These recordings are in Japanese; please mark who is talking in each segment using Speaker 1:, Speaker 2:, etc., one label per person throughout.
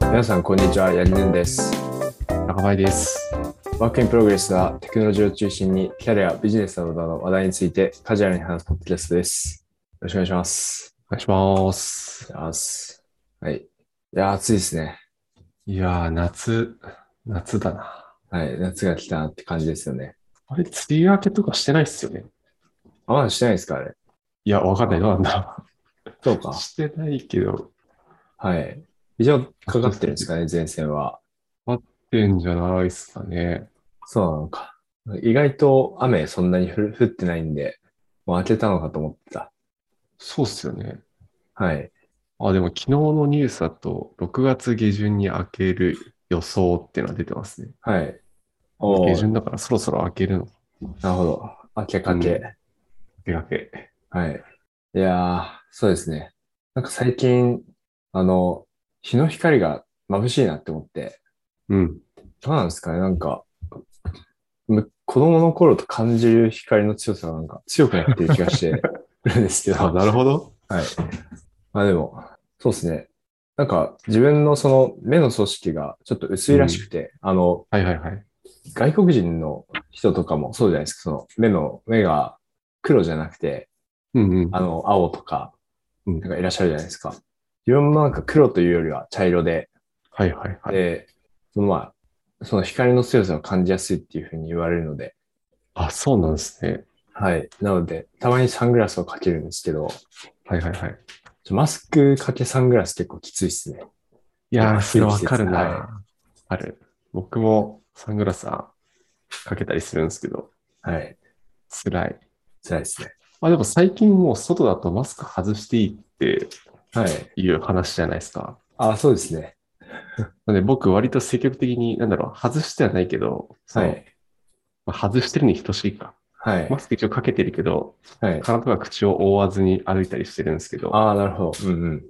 Speaker 1: 皆さん、こんにちは。やりぬんです。
Speaker 2: 中前です。
Speaker 1: ワークインプログレスはテクノロジーを中心にキャリア、ビジネスなどの話題についてカジュアルに話すポッドキャストです。よろしくお願いします。
Speaker 2: お願いします。
Speaker 1: お願いします。はい。いやー、暑いですね。
Speaker 2: いやー、夏、夏だな。
Speaker 1: はい。夏が来たなって感じですよね。
Speaker 2: あれ、梅雨明けとかしてないっすよね。
Speaker 1: あ、まだしてないですかあれ。
Speaker 2: いや、わかんない。どうなんだ
Speaker 1: そう
Speaker 2: ろう。
Speaker 1: か。
Speaker 2: してないけど、
Speaker 1: はい。一応、かかってるんですかね、 前線は。
Speaker 2: ってんじゃないっすかね。
Speaker 1: そうなのか。意外と雨そんなに降る降ってないんで、もう明けたのかと思ってた。
Speaker 2: そうっすよね。
Speaker 1: はい。
Speaker 2: あ、でも昨日のニュースだと、6月下旬に明ける予想ってのが出てますね。
Speaker 1: はい。お
Speaker 2: 下
Speaker 1: ー
Speaker 2: 旬だからそろそろ明けるのか。
Speaker 1: なるほど。明けかけ。
Speaker 2: うん出かけ。
Speaker 1: はい。いやー、そうですね。なんか最近、あの、日の光が眩しいなって思って、
Speaker 2: うん。
Speaker 1: どうなんですかね、なんか、む子供の頃と感じる光の強さがなんか強くなってる気がしてるんです けど、
Speaker 2: あ、なるほど。
Speaker 1: はい。まあでも、そうですね。なんか自分のその目の組織がちょっと薄いらしくて、あの、
Speaker 2: はいはいはい。
Speaker 1: 外国人の人とかもそうじゃないですか、その目の、目が黒じゃなくて、
Speaker 2: うんうん。
Speaker 1: あの、青とか、
Speaker 2: うん
Speaker 1: なんかいらっしゃるじゃないですか。自分もなんか黒というよりは茶色で、
Speaker 2: はいはいはい。
Speaker 1: で、そのまあ、その光の強さを感じやすいっていうふうに言われるので、
Speaker 2: あ、そうなんですね。
Speaker 1: はい。なので、たまにサングラスをかけるんですけど、
Speaker 2: はいはいはい。
Speaker 1: ちょマスクかけサングラス結構きついですね。
Speaker 2: いやー、それわかる
Speaker 1: は
Speaker 2: な。ある。僕もサングラスはかけたりするんですけど、
Speaker 1: はい。
Speaker 2: 辛い。
Speaker 1: 辛いですね。
Speaker 2: まあでも最近もう外だとマスク外していいって
Speaker 1: はい。
Speaker 2: いう話じゃないですか。
Speaker 1: あ、そうですね。
Speaker 2: なんで僕割と積極的に、なんだろう、外してはないけど、そ
Speaker 1: は
Speaker 2: の
Speaker 1: い。
Speaker 2: まあ外してるに等しいか。
Speaker 1: はい
Speaker 2: マ。スク一応かけてるけど、
Speaker 1: はい。
Speaker 2: 体とか口を覆わずに歩いたりしてるんですけど、
Speaker 1: ああ、なるほど。うんうん。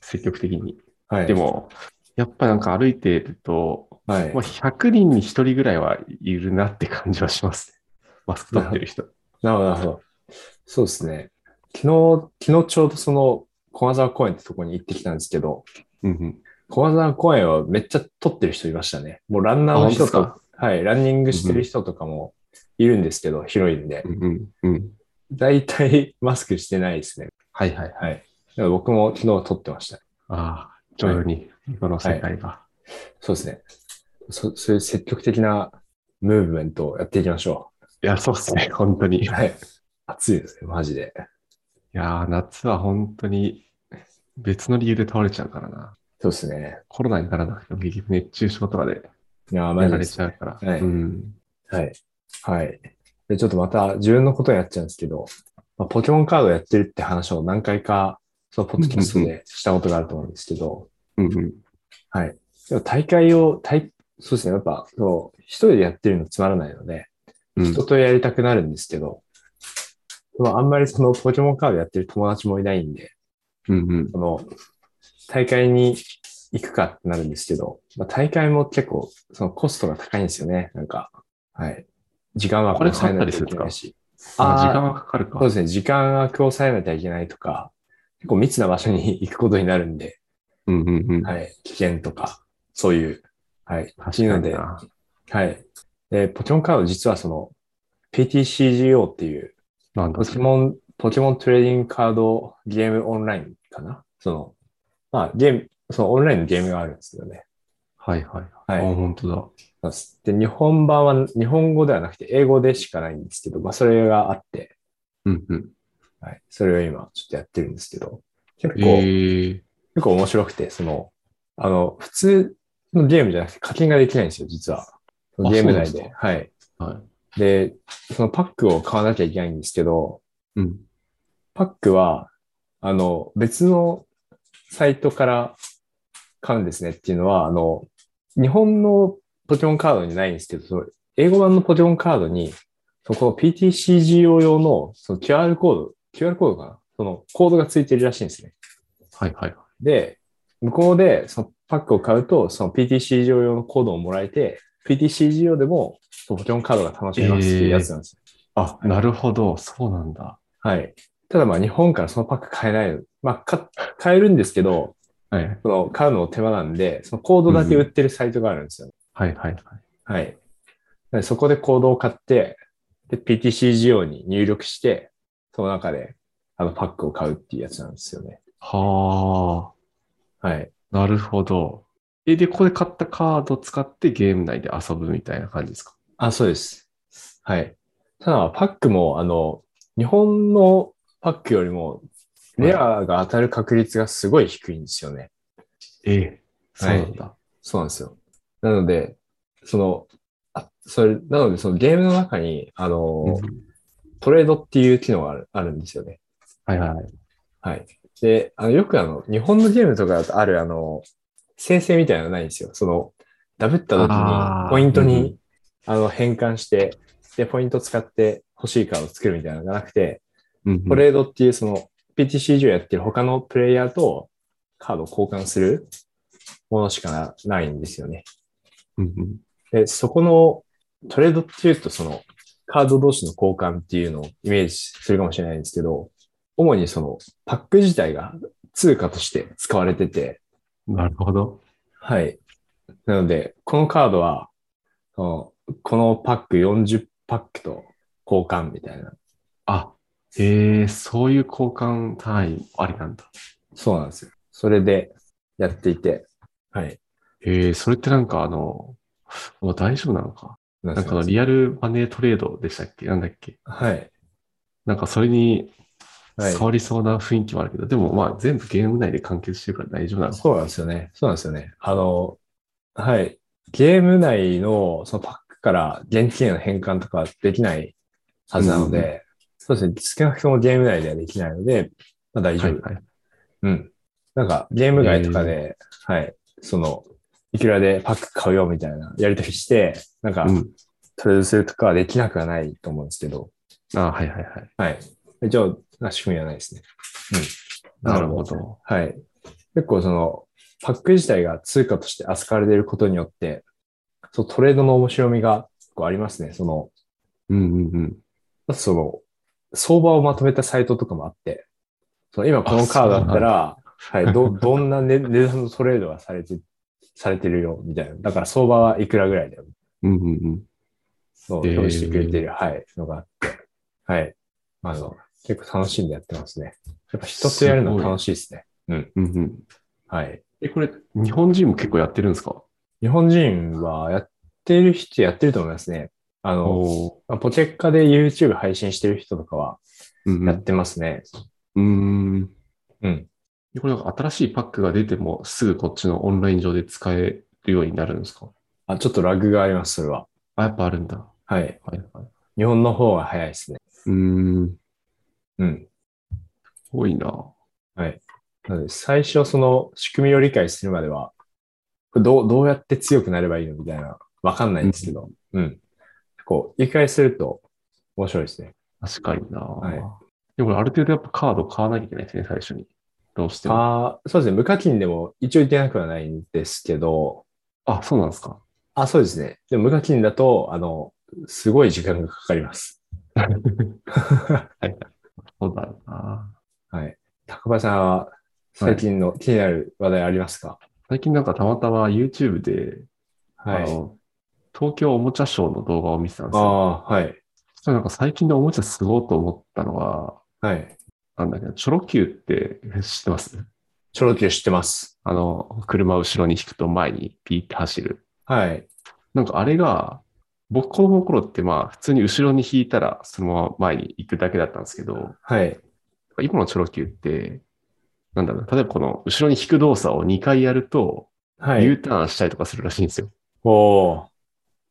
Speaker 2: 積極的に。
Speaker 1: はい。
Speaker 2: で、も、やっぱなんか歩いてると、
Speaker 1: はい
Speaker 2: まあ、。100人に1人ぐらいはいるなって感じはしますね。マスク取ってる人。
Speaker 1: なるほど、なるほど。そうですね。昨日、昨日ちょうどその、駒沢公園ってとこに行ってきたんですけど、
Speaker 2: うんうん、
Speaker 1: 駒沢公園はめっちゃ撮ってる人いましたね。もうランナーの人と
Speaker 2: あ本
Speaker 1: か、はい、ランニングしてる人とかもいるんですけど、広いんで
Speaker 2: う。んうん、うん。
Speaker 1: 大体 マスクしてないですね。
Speaker 2: はいはい。
Speaker 1: はい。だから僕も昨日撮ってました。
Speaker 2: ああ、ちょうどに、この世界が。
Speaker 1: そうですね。そそういう積極的なムーブメントをやっていきましょ
Speaker 2: い、や、そうですね、本当に。
Speaker 1: う。
Speaker 2: い
Speaker 1: はい。暑いですね、マジで。
Speaker 2: やー、夏は本当に別の理由で倒れちゃうからな。
Speaker 1: そうですね。
Speaker 2: コロナにならなくても結局熱中症とかで
Speaker 1: いやー、マ
Speaker 2: や
Speaker 1: ジ
Speaker 2: ら
Speaker 1: で
Speaker 2: れ
Speaker 1: す
Speaker 2: ちゃうから。
Speaker 1: はい
Speaker 2: うん、
Speaker 1: はい。はい。で、ちょっとまた自分のことになっちゃうんですけど、まあ、ポケモンカードやってるって話を何回か、そのポッドキャストでしたことがあると思うんですけど、
Speaker 2: うんうん。
Speaker 1: はい。でも大会を、大そうですね、やっぱ、そう、一人でやってるのつまらないので、
Speaker 2: うん
Speaker 1: 人とやりたくなるんですけど、でもあんまりそのポケモンカードやってる友達もいないんで、
Speaker 2: うんうん、
Speaker 1: その、大会に行くかってなるんですけど、まあ、大会も結構、そのコストが高いんですよね、なんか。はい。時間は
Speaker 2: これかかった
Speaker 1: な
Speaker 2: り
Speaker 1: きゃ
Speaker 2: す
Speaker 1: い
Speaker 2: る
Speaker 1: け
Speaker 2: と
Speaker 1: な
Speaker 2: か
Speaker 1: いし。
Speaker 2: あ
Speaker 1: あー
Speaker 2: 時間はかかるか
Speaker 1: そう。ですね、時間は抑えなきゃいけないとか、結構密な場所に行くことになるんで、
Speaker 2: うんうんうん。
Speaker 1: はい。危険とか、そういう、はい。
Speaker 2: 確か
Speaker 1: なの
Speaker 2: に
Speaker 1: で、
Speaker 2: な。
Speaker 1: はい。で、ポケモンカード実はその PTCGO っていう
Speaker 2: なんだ
Speaker 1: ポケモン、ポケモントレーディングカードゲームオンラインかなその、まあゲーム、そのオンラインのゲームがあるんですよね。
Speaker 2: はいはい。
Speaker 1: はい
Speaker 2: あ、本当だ。
Speaker 1: なんですで、日本版は日本語ではなくて英語でしかないんですけど、まあそれがあって、
Speaker 2: うんうん。
Speaker 1: はい。それを今ちょっとやってるんですけど、結構、
Speaker 2: ええ
Speaker 1: 結構面白くて、その、あの、普通のゲームじゃなくて課金ができないんですよ、実は。
Speaker 2: あ
Speaker 1: ゲーム内
Speaker 2: そう
Speaker 1: で。
Speaker 2: なんで
Speaker 1: はい。
Speaker 2: はい。
Speaker 1: で、そのパックを買わなきゃいけないんですけど、
Speaker 2: うん。
Speaker 1: パックは、あの、別のサイトから買うんですねっていうのは、あの、日本のポケモンカードにないんですけど、その英語版のポケモンカードに、そこの PTCGO 用のその QR コード、QR コードかなそのコードがついてるらしいんですね。
Speaker 2: はいはい。
Speaker 1: で、向こうでそのパックを買うと、その PTCGO 用のコードをもらえて、PTCGO でもそのポケモンカードが楽しめますっていうやつなんですよ
Speaker 2: あ、なるほど。そうなんだ。
Speaker 1: はい。ただまあ日本からそのパック買えない。まあか買えるんですけど、
Speaker 2: はいはい
Speaker 1: その買うの手間なんで、そのコードだけ売ってるサイトがあるんですよ。
Speaker 2: はいはい。
Speaker 1: はい。でそこでコードを買って、で、PTC 仕様に入力して、その中で、あの、パックを買うっていうやつなんですよね。
Speaker 2: は
Speaker 1: はい。
Speaker 2: あ、なるほど。え、で、ここで買ったカードを使ってゲーム内で遊ぶみたいな感じですか
Speaker 1: あ、そうです。はい。ただ、パックも、あの、日本のパックよりも、レアが当たる確率がすごい低いんですよね。
Speaker 2: ええ、そう
Speaker 1: はい
Speaker 2: なんだ。
Speaker 1: そうなんですよ。なので、その、あ、それ、なので、そのゲームの中に、あの、
Speaker 2: うん
Speaker 1: トレードっていう機能があるあるんですよね。
Speaker 2: はいはいはい。
Speaker 1: はい。で、あの、よくあの、日本のゲームとかだとある、あの、生成みたいなのないんですよ。その、ダブった時
Speaker 2: あ
Speaker 1: に
Speaker 2: ー、
Speaker 1: ポイント
Speaker 2: うんう
Speaker 1: に、あの、変換して、で、ポイント使って欲しいカードを作るみたいなのがなくて、
Speaker 2: うんうん
Speaker 1: トレードっていう、その、PTC 上やってる他のプレイヤーとカードを交換するものしかなないんですよね。
Speaker 2: うんうん
Speaker 1: で、そこのトレードっていうと、そのカード同士の交換っていうのをイメージするかもしれないんですけど、主にそのパック自体が通貨として使われてて、
Speaker 2: なるほど。
Speaker 1: はい。なので、このカードは、そのこのパック40パックと交換みたいな。
Speaker 2: あ、へえ、そういう交換単位ありなんだ。
Speaker 1: そうなんですよ。それでやっていて、はい。
Speaker 2: へえ、それってなんかあの、もう大丈夫なのか
Speaker 1: な
Speaker 2: なんかあのリアルマネートレードでしたっけなんだっけ
Speaker 1: はい。
Speaker 2: なんかそれに
Speaker 1: はい。
Speaker 2: 触りそうな雰囲気もあるけど、でもまあ全部ゲーム内で完結してるから大丈夫なのか
Speaker 1: そうなんですよね。そうなんですよね。あの、はい。ゲーム内のそのパックから現金への変換とかできないはずなので、
Speaker 2: うん
Speaker 1: そうですね。少なくともゲーム内ではできないので、まあ大丈夫。
Speaker 2: はいはい。
Speaker 1: うん。なんかゲーム外とかで、はい。その、いくらでパック買うよみたいなやり取りして、なんか
Speaker 2: うん。
Speaker 1: トレードするとかはできなくはないと思うんですけど、
Speaker 2: あ、はいはいはい。
Speaker 1: はい。一応、な仕組みはないですね。うん。
Speaker 2: なるほど。
Speaker 1: はい。結構その、パック自体が通貨として扱われていることによって、そうトレードの面白みが結構ありますね。その、
Speaker 2: うんうんうん。
Speaker 1: その、相場をまとめたサイトとかもあって、その今このカードだったら、はい、ど、どんな値値段のトレードがされて、されてるよ、みたいな。だから相場はいくらぐらいだよ、
Speaker 2: うんうんうん。
Speaker 1: そう、
Speaker 2: へー
Speaker 1: 表示してくれてる、はい、のがあって、はい。あの、結構楽しんでやってますね。やっぱ人とやるの楽しいですね。
Speaker 2: うんうん。
Speaker 1: はい。
Speaker 2: え、これ、日本人も結構やってるんですか
Speaker 1: 日本人はやってる人やってると思いますね。あの、
Speaker 2: お
Speaker 1: まあポチェッカで YouTube 配信してる人とかは
Speaker 2: うん
Speaker 1: やってますね。
Speaker 2: うん。うん。
Speaker 1: うん。
Speaker 2: でこれ、新しいパックが出ても、すぐこっちのオンライン上で使えるようになるんですか
Speaker 1: あ、ちょっとラグがあります、それは。
Speaker 2: あ、やっぱあるんだ。は
Speaker 1: はい。
Speaker 2: いはい。
Speaker 1: 日本の方が早いですね。
Speaker 2: うん。
Speaker 1: うん。
Speaker 2: 多いな。
Speaker 1: なので、最初その仕組みを理解するまでは、これどう、どうやって強くなればいいのみたいな、わかんないんですけど、うん。こう、理解すると面白いですね。
Speaker 2: 確かにな。
Speaker 1: い
Speaker 2: でも、ある程度やっぱカード買わなきゃいけないですね、最初に。どうしても。
Speaker 1: ああ、そうですね。無課金でも一応いけなくはないんですけど、
Speaker 2: あ、そうなんですか。
Speaker 1: あ、そうですね。でも無課金だと、あの、すごい時間がかかります。
Speaker 2: そうだろうな。
Speaker 1: はい。高橋さんは、最近の気になる話題ありますか
Speaker 2: 最近なんかたまたま YouTube で、
Speaker 1: はい
Speaker 2: あ。の、東京おもちゃショーの動画を見てたんです
Speaker 1: あ
Speaker 2: よ。
Speaker 1: あ、はい。
Speaker 2: そしたらなんか最近のおもちゃすごいと思ったのは、
Speaker 1: はい。
Speaker 2: なんだっけど、チョロ Q って知ってます
Speaker 1: チョロ Q 知ってます。
Speaker 2: あの、車を後ろに引くと前にピーって走る。
Speaker 1: はい。
Speaker 2: なんかあれが、僕子供の頃ってまあ普通に後ろに引いたらそのまま前に行くだけだったんですけど、
Speaker 1: はい。
Speaker 2: 今のチョロ Q って、なんだろう、例えばこの後ろに引く動作を2回やると、
Speaker 1: は
Speaker 2: U
Speaker 1: い。
Speaker 2: ターンしたりとかするらしいんですよ。
Speaker 1: おお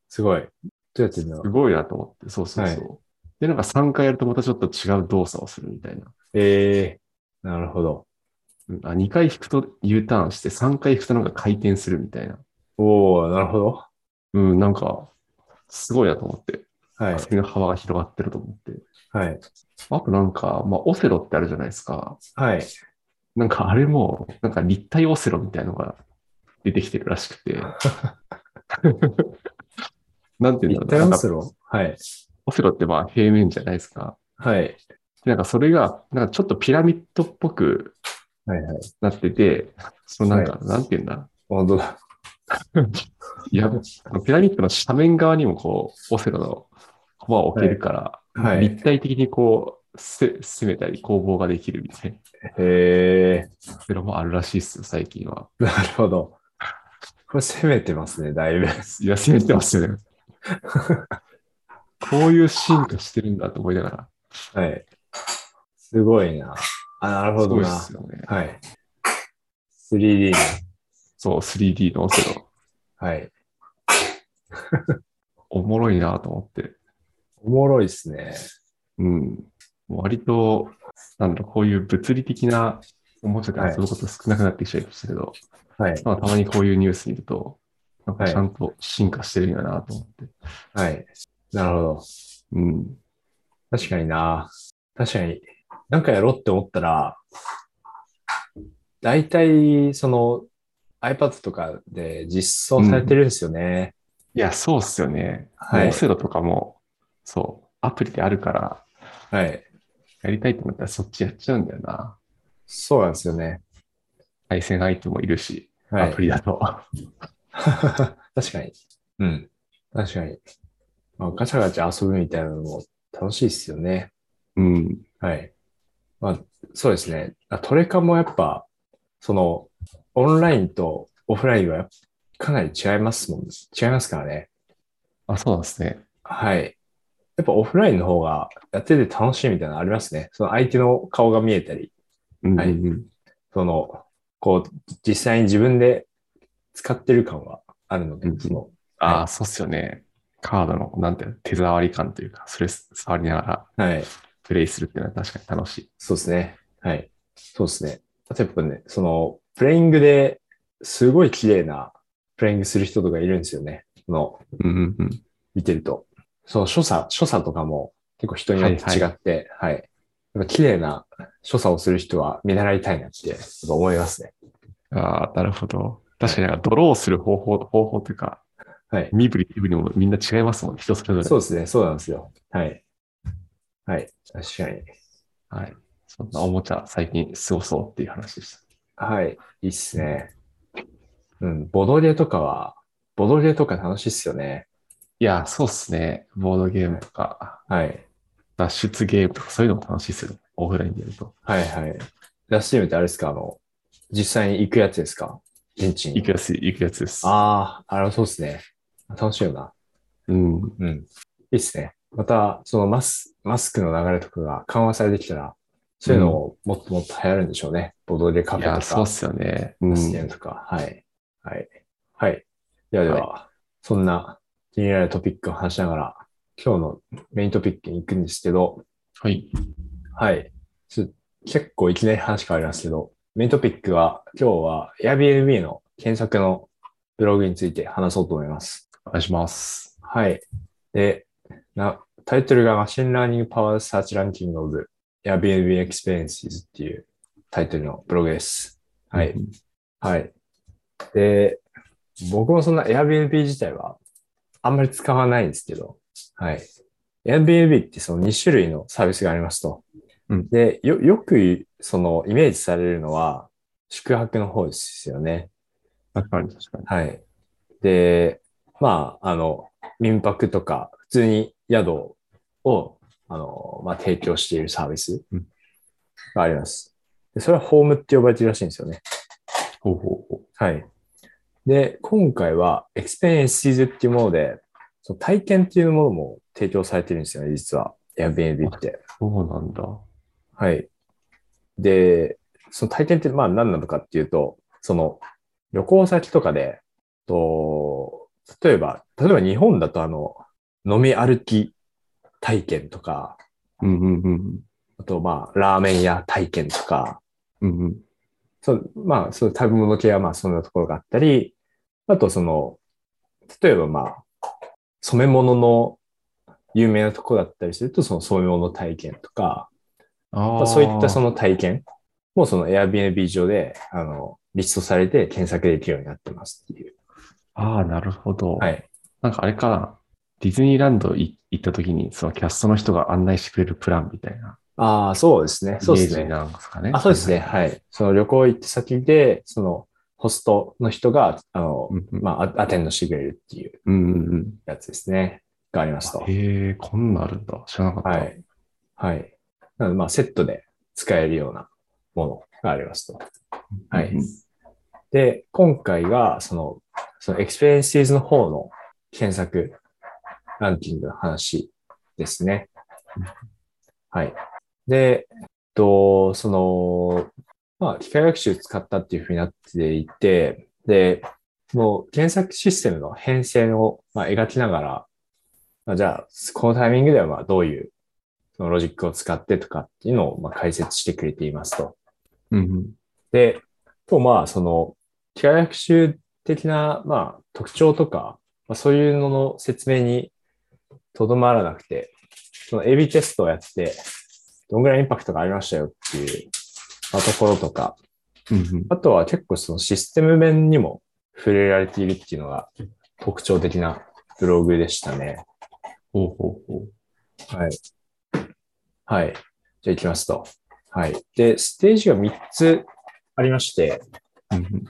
Speaker 1: すごい。どうやってんだ
Speaker 2: す
Speaker 1: ろう。
Speaker 2: ごいなと思って、そうそうそう。で、なんか3回やるとまたちょっと違う動作をするみたいな。
Speaker 1: ええなるほど。
Speaker 2: うんあ2回引くと U ターンして、3回引くとなんか回転するみたいな。
Speaker 1: おおなるほど。
Speaker 2: うん、なんか、すごいなと思って。
Speaker 1: はい。
Speaker 2: 遊びの幅が広がってると思って。
Speaker 1: はい。
Speaker 2: あとなんか、まあ、オセロってあるじゃないですか。
Speaker 1: はい。
Speaker 2: なんかあれも、なんか立体オセロみたいのが出てきてるらしくて。 なんていうん
Speaker 1: 立体オ
Speaker 2: だろう
Speaker 1: セ
Speaker 2: な。なんか
Speaker 1: ロはい。
Speaker 2: オセロってまあ平面じゃないですか。
Speaker 1: はい。
Speaker 2: なんかそれが、なんかちょっとピラミッドっぽく
Speaker 1: はいはい。
Speaker 2: なってて、そのなんか、なんて言うんだ。
Speaker 1: 本当だ。
Speaker 2: いや、ピラミッドの斜面側にもこう、オセロのコマを置けるから、
Speaker 1: はいはい
Speaker 2: 立体的にこう、せ攻めたり攻防ができるみたい
Speaker 1: へえ、
Speaker 2: な。オセロもあるらしいっすよ、最近は。
Speaker 1: なるほど。これ攻めてますね、だいぶ。
Speaker 2: いや、攻めてます よね。こういう進化してるんだと思いながら。
Speaker 1: はい。すごいな。あ、なるほ
Speaker 2: す
Speaker 1: ど
Speaker 2: ごいっ
Speaker 1: な。
Speaker 2: すよね。
Speaker 1: はい。3D の。
Speaker 2: そう、3D のオセロ。
Speaker 1: はい。
Speaker 2: おもろいなと思って。
Speaker 1: おもろいですね。
Speaker 2: うん。割と、なんだろう、こういう物理的なおもちゃで遊ぶこと少なくなってきちゃいましたけど、
Speaker 1: はい。
Speaker 2: まあ、たまにこういうニュース見ると、なんか
Speaker 1: はい
Speaker 2: ちゃんと進化してるんやなと思って。
Speaker 1: はい。なるほど。
Speaker 2: うん。
Speaker 1: 確かにな。確かに。なんかやろうって思ったら、大体、その iPad とかで実装されてるんですよね。
Speaker 2: いや、そうっすよね。
Speaker 1: はい
Speaker 2: オセロとかも、そう、アプリであるから、
Speaker 1: はい。
Speaker 2: やりたいと思ったらそっちやっちゃうんだよな。
Speaker 1: そうなんですよね。
Speaker 2: 対戦相手もいるし、
Speaker 1: は
Speaker 2: ア
Speaker 1: い
Speaker 2: プ。リだと。
Speaker 1: 確かに。うん。確かに。まあ、ガチャガチャ遊ぶみたいなのも楽しいですよね。
Speaker 2: うん。
Speaker 1: はい。まあ、そうですね。あトレカもやっぱ、その、オンラインとオフラインはやっぱかなり違いますもん。違いますからね。
Speaker 2: あ、そうなんですね。
Speaker 1: はい。やっぱオフラインの方がやってて楽しいみたいなのありますね。その相手の顔が見えたり、
Speaker 2: うんうん
Speaker 1: はい
Speaker 2: うん。
Speaker 1: その、こう、実際に自分で使ってる感はあるので
Speaker 2: う、ん
Speaker 1: その、
Speaker 2: ああ、そうっすよね。カードの、なんていうの手触り感というか、それ触りながら
Speaker 1: はい。
Speaker 2: プレイするっていうのは確かに楽しい。
Speaker 1: そうですね。はい。そうですね。例えばね、その、プレイングですごい綺麗なプレイングする人とかいるんですよね。その、
Speaker 2: うんうんうん。
Speaker 1: 見てると。そう、所作、所作とかも結構人によって違って、はい、やっぱ綺麗な所作をする人は見習いたいなって、やっぱ思いますね。
Speaker 2: ああ、なるほど。確かになんかドローする方法、方法というか、
Speaker 1: はい。
Speaker 2: 身振り手振りもみんな違いますもんね、人それぞれ。
Speaker 1: そうですね、そうなんですよ。はい。はい。確かに。
Speaker 2: はい。そんなおもちゃ、最近すごそうっていう話でした。
Speaker 1: はい。いいっすね。うん、ボドゲとかは、ボドゲとか楽しいっすよね。
Speaker 2: いや、そうっすね。ボードゲームとか、
Speaker 1: はい。
Speaker 2: 脱出ゲームとか、そういうのも楽しいですよね。オフラインでやると。
Speaker 1: はいはい。ラスチームってあれですかあの、実際に行くやつですか現地に。
Speaker 2: 行くやつ、行くやつです。
Speaker 1: ああ、あれそうっすね。楽しいよな。
Speaker 2: うん。
Speaker 1: うん。いいっすね。また、そのマス、マスクの流れとかが緩和されてきたら、そういうのをもっともっと流行るんでしょうね。ボドゲカ
Speaker 2: い
Speaker 1: フェ
Speaker 2: や、
Speaker 1: と
Speaker 2: そ
Speaker 1: か
Speaker 2: うっ、すよね。う
Speaker 1: マ
Speaker 2: ん。
Speaker 1: スゲンとか、はい。はい。はい。ではでは、そんな気になるトピックを話しながら、今日のメイントピックに行くんですけど、
Speaker 2: はい。
Speaker 1: はい。ちょ結構いきなり話変わりますけど、メイントピックは、今日は Airbnb の検索のブログについて話そうと思います。
Speaker 2: お願いします。
Speaker 1: はい。で、なタイトルがマシンラーニングパワーサーチランキングオブ Airbnb Experiences っていうタイトルのブログです。はい。
Speaker 2: うん。
Speaker 1: はい。で、僕もそんな Airbnb 自体はあんまり使わないんですけど、はい。Airbnb ってその2種類のサービスがありますと。
Speaker 2: うん
Speaker 1: で、よ、よくそのイメージされるのは宿泊の方ですよね。
Speaker 2: 確かに、確かに。
Speaker 1: はい。で、まあ、あの、民泊とか、普通に宿を、あの、まあ、提供しているサービス
Speaker 2: うん
Speaker 1: があります。でそれはホームって呼ばれてるらしいんですよね。
Speaker 2: ほうほうほ
Speaker 1: はい。で、今回はエクスペリエンシーズっていうもので、その体験っていうものも提供されてるんですよね、実は。Airbnb って。
Speaker 2: う。そうなんだ。
Speaker 1: はい。で、その体験ってまあ何なのかっていうと、その旅行先とかで、と例えば、例えば日本だとあの、飲み歩き体験とか、
Speaker 2: うんうんうん。
Speaker 1: あとまあラーメン屋体験とか、
Speaker 2: うんうん。
Speaker 1: そう、まあ、そう食べ物系はまあそんなところがあったり、あとその、例えばまあ、染め物の有名なところだったりすると、その染め物体験とか、
Speaker 2: あ
Speaker 1: ま
Speaker 2: あ。
Speaker 1: あ、そういったそ
Speaker 2: の。
Speaker 1: の体験もその Airbnb 上で、あの、リストされて検索できるようになってますっていう。
Speaker 2: ああ、なるほど。
Speaker 1: はい。
Speaker 2: なんかあれかな。ディズニーランドい行った時に、そのキャストの人が案内してくれるプランみたいな
Speaker 1: ああ、そうですね。
Speaker 2: イ
Speaker 1: そう
Speaker 2: メ
Speaker 1: で
Speaker 2: ー
Speaker 1: す
Speaker 2: ジ
Speaker 1: ね。
Speaker 2: なんですかね。
Speaker 1: あ、そうですね。はい。その旅行行った先で、そのホストの人が、あの、
Speaker 2: うんうん
Speaker 1: まあ、アアテンドしてくれるっていう
Speaker 2: うんうんうん。
Speaker 1: やつですね。がありますと。
Speaker 2: へえ、こんなんあるんだ。知らなかった。
Speaker 1: はい。はい。なので、まあ、セットで使えるようなものがありますと。はい
Speaker 2: うんうん
Speaker 1: で、今回が、その、そのエクスペリエンシーズの方の検索ランキングの話ですね
Speaker 2: うん。
Speaker 1: はい。で、えっと、その、まあ、機械学習使ったっていうふうになっていて、で、もう検索システムの変遷を、まあ、描きながら、まあ、じゃあ、このタイミングでは、まあ、どういう、そのロジックを使ってとかっていうのを、まあ、解説してくれていますと。
Speaker 2: うんうん。
Speaker 1: で、と、まあ、その、機械学習的な、まあ、特徴とか、まあ、そういうのの説明にとどまらなくて、その AB テストをやって、どんぐらいインパクトがありましたよっていう、まあ、ところとか、
Speaker 2: うんうん
Speaker 1: あとは結構そのシステム面にも触れられているっていうのが特徴的なブログでしたね。
Speaker 2: ほうほうほう。
Speaker 1: はい。はい。じゃあ行きますと。はい。で、ステージが3つありまして、
Speaker 2: うんうん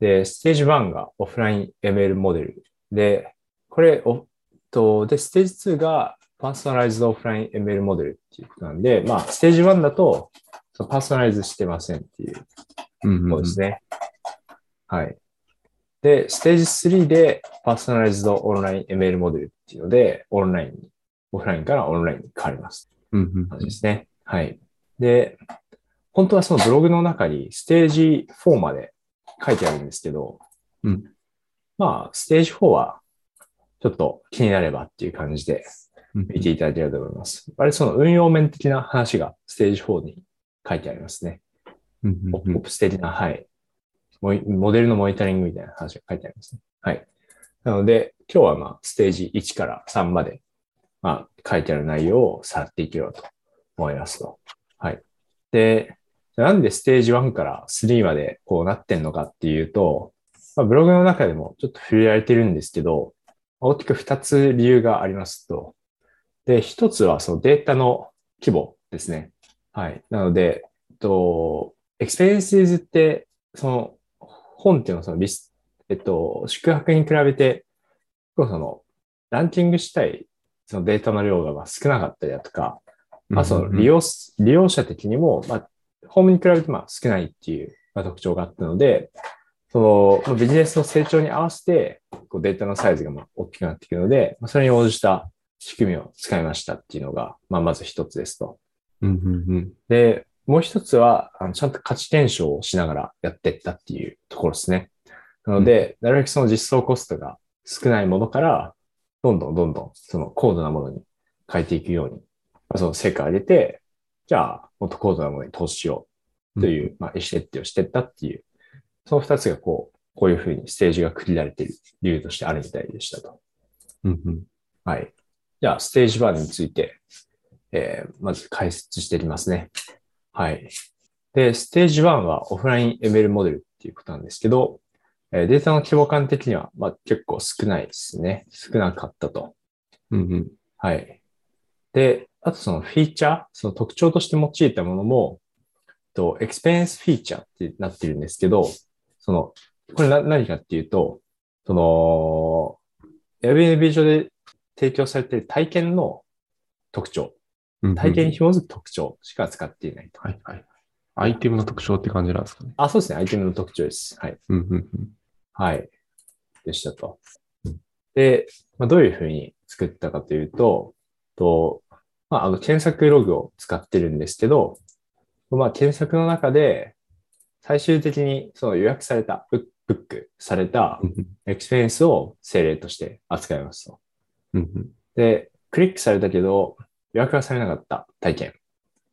Speaker 1: で、ステージ1がオフライン ML モデル。で、これ、おと、で、ステージ2がパーソナライズドオフライン ML モデルっていうことなんで、まあ、ステージ1だと、そのパーソナライズしてませんっていう
Speaker 2: うん
Speaker 1: ことですね。はい。で、ステージ3でパーソナライズドオンライン ML モデルっていうので、オンラインに、オフラインからオンラインに変わります。
Speaker 2: うんうん
Speaker 1: 感じですね。はい。で、本当はそのブログの中にステージ4まで書いてあるんですけど、
Speaker 2: うん
Speaker 1: まあ、ステージ4はちょっと気になればっていう感じで
Speaker 2: うん
Speaker 1: 見ていただければと思います。あれ、その運用面的な話がステージ4に書いてありますね。
Speaker 2: うん
Speaker 1: オ
Speaker 2: うん
Speaker 1: プオプス的な、はい。モニモデルのモニタリングみたいな話が書いてありますね。はい。なので、今日はまあ、ステージ1から3まで、まあ、書いてある内容をさらっていければと思いますと。はい。で、なんでステージ1から3までこうなってんのかっていうと、まあ、ブログの中でもちょっと触れられてるんですけど、大きく2つ理由がありますと。で、1つはそのデータの規模ですね。はい。なので、えっと、エクスペリエンシーズって、その、本っていうのはそのリス、えっと、宿泊に比べて、結構その、ランキングしたい、そのデータの量がまあ少なかったりだとか、まあその利用す、利用者的にも、まあ、ホームに比べてまあ少ないっていう、まあ、特徴があったので、そのまあビジネスの成長に合わせて、こうデータのサイズがまあ大きくなっていくので、まあ、それに応じた仕組みを使いましたっていうのが、まあまず一つですと。
Speaker 2: うんうんうん
Speaker 1: で、もう一つは、あのちゃんと価値検証をしながらやっていったっていうところですね。なので、なるべくその実装コストが少ないものから、どんどんどんどんその高度なものに変えていくように、まあその成果を上げて、じゃあ、もっと高度なものに投資しようという、まあ、意思決定をしていったっていう、その二つがこう、こういうふうにステージが区切られている理由としてあるみたいでしたと。
Speaker 2: うんうん
Speaker 1: はい。じゃあ、ステージ1について、えーまず解説していきますね。はい。で、ステージ1はオフライン ML モデルっていうことなんですけど、えーデータの規模感的には、まあ、結構少ないですね。少なかったと。
Speaker 2: うんうん
Speaker 1: はい。で、あとそのフィーチャー、その特徴として用いたものも、と、エクスペリエンスフィーチャーってなってるんですけど、その、これな何かっていうと、その、Airbnb 上で提供されている体験の特徴、
Speaker 2: うんうん
Speaker 1: 体験に紐づく特徴しか使っていないと。
Speaker 2: はいはい。アイテムの特徴って感じなんですかね。
Speaker 1: あ、そうですね。アイテムの特徴です。はい。
Speaker 2: うんうんうん。
Speaker 1: はい。でしたと。で、まあ、どういうふうに作ったかというと、とまあ、あの検索ログを使ってるんですけど、まあ、検索の中で最終的にその予約された、ブブックされたエクスペリエンスを精霊として扱いますと。
Speaker 2: うんうん
Speaker 1: で、クリックされたけど予約がされなかった体験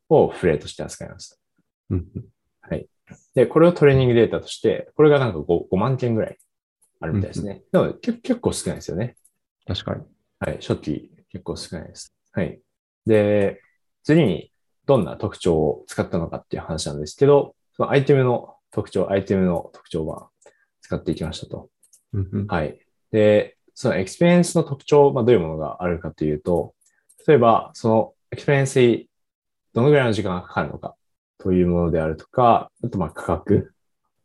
Speaker 1: をフレーとして扱います。
Speaker 2: うん
Speaker 1: で、これをトレーニングデータとして、これがなんか 5, 5万件ぐらいあるみたいですね。なのでけ結構少ないですよね。
Speaker 2: 確かに。
Speaker 1: はい、初期結構少ないです。はい。で、次にどんな特徴を使ったのかっていう話なんですけど、そのアイテムの特徴、アイテムの特徴は使っていきましたと。
Speaker 2: うんうん
Speaker 1: はい。で、そのエクスペリエンスの特徴、まあ、どういうものがあるかというと、例えば、そのエクスペリエンスにどのぐらいの時間がかかるのかというものであるとか、あとまあ価格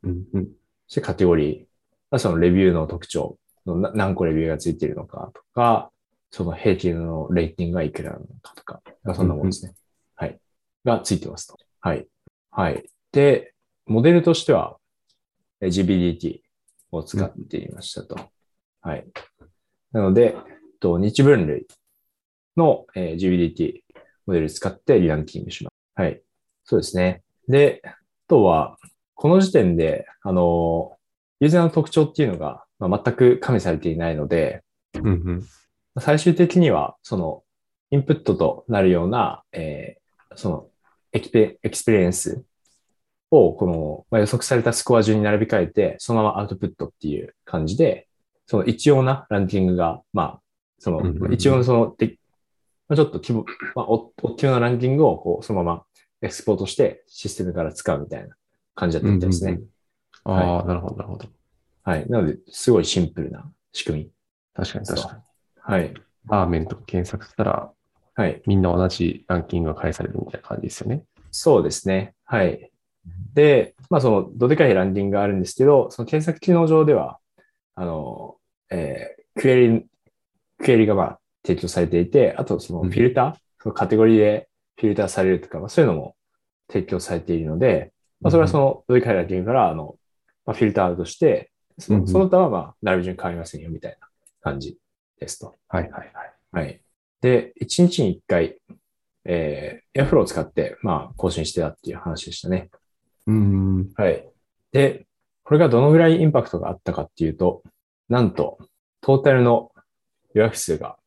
Speaker 2: うんうん
Speaker 1: そしてカテゴリーまあ、そのレビューの特徴のな何個レビューがついてるのかとか、その平均のレーティングがいくらなのかとか、まあ、そんなもんですね。はい。がついてますと。はい。はい。で、モデルとしては、え GBDT を使っていましたと。はい。なので、えっと日分類の、えー GBDT モデル使ってリランキングします。はい。そうですね。で、あとは、この時点で、あの、ユーザーの特徴っていうのが、まあ、全く加味されていないので、
Speaker 2: うんうん。
Speaker 1: 最終的には、その、インプットとなるような、えーそのエキペ、エクスペリエンスを、この、まあ、予測されたスコア順に並び替えて、そのままアウトプットっていう感じで、その一様なランキングが、まあ、その
Speaker 2: うんうんう、ん
Speaker 1: 一様のその、でまあ、ちょっと規模、まあ、おおっきめのランキングを、こう、そのままエクスポートしてシステムから使うみたいな感じだったみたいですね。
Speaker 2: うんうんうんああ、なるほど、なるほど。
Speaker 1: はい。なので、すごいシンプルな仕組み。
Speaker 2: 確かに確かに。
Speaker 1: はい。
Speaker 2: ラーメンとか検索したら、
Speaker 1: はい。
Speaker 2: みんな同じランキングが返されるみたいな感じですよね。
Speaker 1: そうですね。はい。で、まあ、その、どでかいランディングがあるんですけど、その検索機能上では、あの、えークエリ、クエリがまあ、提供されていて、あとその
Speaker 2: う
Speaker 1: フ
Speaker 2: ん
Speaker 1: ィルター、そのカテゴリーでフィルターされるとか、まあ、そういうのも提供されているので、まあ、それはその、どでかいランディングから、あの、まあ、フィルターとして、そ
Speaker 2: うんう
Speaker 1: の
Speaker 2: ん
Speaker 1: その他はまあ、並び順に変わりませんよ、みたいな感じですと。
Speaker 2: はいはいはい。
Speaker 1: はい。で、1日に1回、えー、Airflow を使って、まあ、更新してたっていう話でしたね。
Speaker 2: うん。
Speaker 1: はい。で、これがどのぐらいインパクトがあったかっていうと、なんと、トータルの予約数が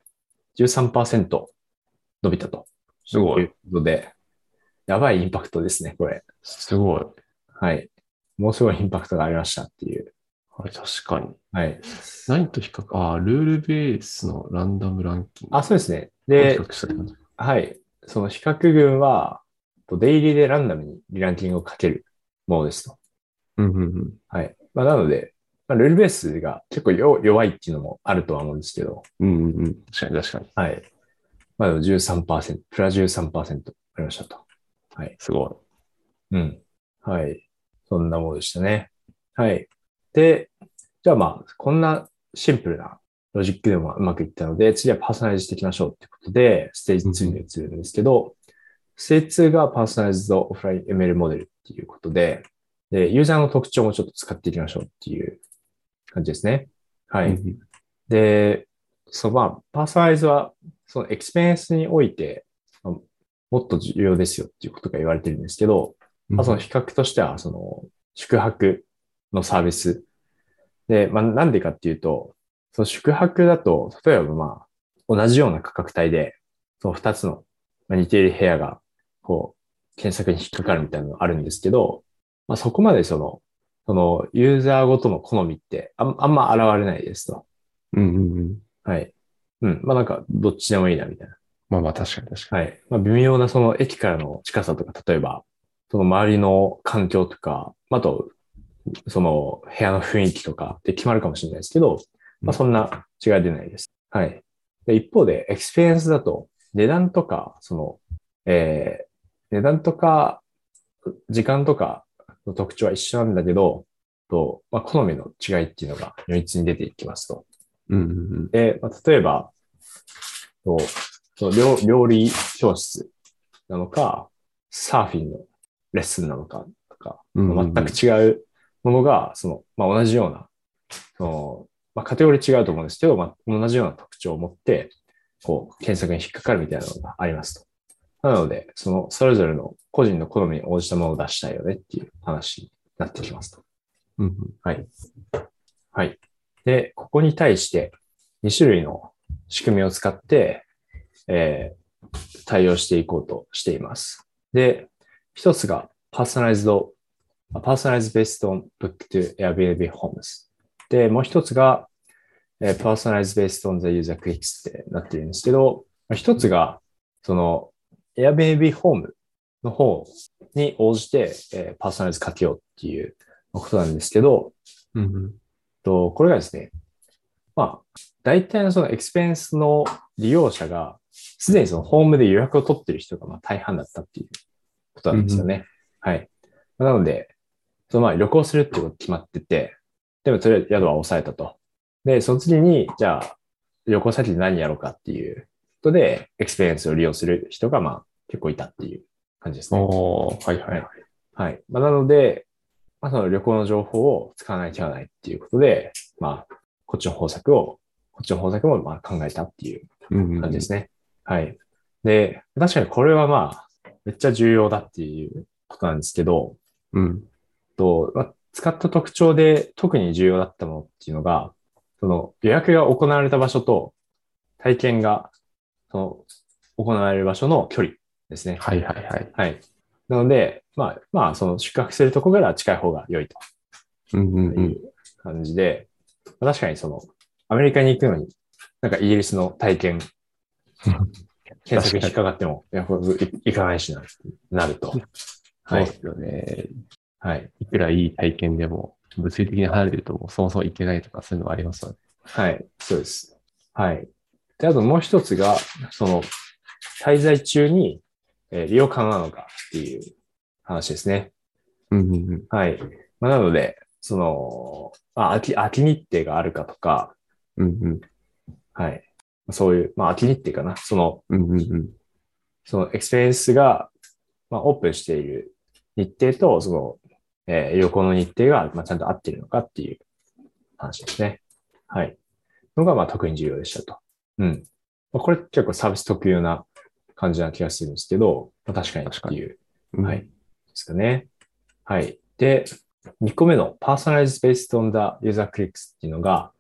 Speaker 1: 13%伸びたと。
Speaker 2: すご
Speaker 1: という
Speaker 2: い。
Speaker 1: ことで、やばいインパクトですね、これ。
Speaker 2: すごい。
Speaker 1: はい。もうすごいインパクトがありましたっていう。
Speaker 2: あれ、確かに。
Speaker 1: はい。
Speaker 2: 何と比較ああ、ルールベースのランダムランキング。
Speaker 1: あ、そうですね。
Speaker 2: 比
Speaker 1: で、
Speaker 2: 較した感じ。
Speaker 1: はい。その比較群は、と出入りでランダムにリランキングをかけるものですと。
Speaker 2: うんうんうん。
Speaker 1: はい。まあ、なので、まあ、ルールベースが結構よ弱いっていうのもあるとは思うんですけど、
Speaker 2: うんうんうん。確かに確かに。
Speaker 1: はい。まあ、でも13%、プラ13%ありましたと。
Speaker 2: すごい。
Speaker 1: うん。はい。そんなものでしたね。はい。で、じゃあまあ、こんなシンプルなロジックでもうまくいったので、次はパーソナライズしていきましょうってことで、ステージ2に移るんですけど、ステージ2がパーソナライズドオフライン ML モデルっていうことで、で、ユーザーの特徴もちょっと使っていきましょうっていう感じですね。はい。
Speaker 2: うんうん
Speaker 1: で、そう、まあ、パーソナライズは、そのエクスペリエンスにおいて、あのもっと重要ですよっていうことが言われてるんですけど、まあ、その比較としては、その、宿泊のサービス。で、まあ、なんでかっていうと、その宿泊だと、例えばまあ、同じような価格帯で、その二つのまあ似ている部屋が、こう、検索に引っかかるみたいなのがあるんですけど、まあ、そこまでその、その、ユーザーごとの好みってあん、あんま現れないですと。
Speaker 2: うんうんうん。
Speaker 1: はい。うん。まあなんか、どっちでもいいな、みたいな。
Speaker 2: まあまあ確かに確か
Speaker 1: はい。まあ微妙なその駅からの近さとか、例えば、その周りの環境とか、あと、その部屋の雰囲気とかで決まるかもしれないですけど、まあそんな違いは出ないです。はい。で一方で、エクスペリエンスだと、値段とか、その、えー、値段とか、時間とかの特徴は一緒なんだけど、と、まあ好みの違いっていうのが如実に出ていきますと。
Speaker 2: に。うんうんうん。
Speaker 1: で、まあ、例えば、そうそう料料理教室なのか、サーフィンのレッスンなのかとか、
Speaker 2: うんうんうん
Speaker 1: 全く違うものが、その、まあ、同じような、その、まあ、カテゴリー違うと思うんですけど、まあ、同じような特徴を持って、こう、検索に引っかかるみたいなのがありますと。なので、その、それぞれの個人の好みに応じたものを出したいよねっていう話になってきますと。
Speaker 2: うんうん
Speaker 1: はい。はい。で、ここに対して2種類の仕組みを使って、えー対応していこうとしています。で、一つがパーソナライズド、パーソナライズベースドオンブック to Airbnb Homes。で、もう一つが、えー、パーソナライズベースドオン the user clicks ってなってるんですけど、まあ一つが、その Airbnb Home の方に応じて、えーパーソナライズかけようっていうことなんですけど、
Speaker 2: うんうん。
Speaker 1: と、これがですね、まあ、大体のそのエクスペリエンスの利用者が、すでにそのホームで予約を取ってる人がまあ大半だったっていうことなんですよね。はい。なので、そのまあ旅行するってことが決まってて、でもとりあえず宿は抑えたと。で、その次に、じゃあ、旅行先で何やろうかっていうことで、エクスペリエンスを利用する人が、まあ、結構いたっていう感じですね。
Speaker 2: おー、はいはいはい。
Speaker 1: はい。まあ、なので、まあ、その旅行の情報を使わない手はないっていうことで、まあ、こっちの方策を、こっちの方策もまあ考えたっていう
Speaker 2: うんうん
Speaker 1: 感じですね。はい。で、確かにこれはまあ、めっちゃ重要だっていうことなんですけど、
Speaker 2: うん。
Speaker 1: と、まあ、使った特徴で特に重要だったものっていうのが、その予約が行われた場所と体験がその行われる場所の距離ですね。
Speaker 2: はいはいはい。
Speaker 1: はい。なので、まあ、まあ、その宿泊するところから近い方が良いと
Speaker 2: うんうんう
Speaker 1: い
Speaker 2: ん。
Speaker 1: う感じで、まあ確かにその、アメリカに行くのに、なんかイギリスの体験、検索に引っかかっても、いや、これい行かないしな、なると。は
Speaker 2: そう
Speaker 1: い
Speaker 2: で。すよね。
Speaker 1: はい。
Speaker 2: いくらいい体験でも、物理的に離れてるともうそもそもいけないとかそういうのもありますよね。
Speaker 1: はい、そうです。はい。で、あともう一つが、その、滞在中に、えー利用可能なのかっていう話ですね。
Speaker 2: うんうんうん。
Speaker 1: はい。まあ、なので、その、まあ、秋、秋日程があるかとか、
Speaker 2: うん
Speaker 1: はい。そういう、まあ、秋日程かな。その、
Speaker 2: うん。うんうんうん。
Speaker 1: そのエクスペリエンスが、まあ、オープンしている日程と、その、えー旅行の日程が、まあ、ちゃんと合っているのかっていう話ですね。はい。のが、まあ、特に重要でしたと。うん。まあ、これ結構サービス特有な感じな気がするんですけど、まあ、確かにっていう、
Speaker 2: うん
Speaker 1: はい。。ですかね。はい。で、2個目の Personalize based on the user clicks っていうのが、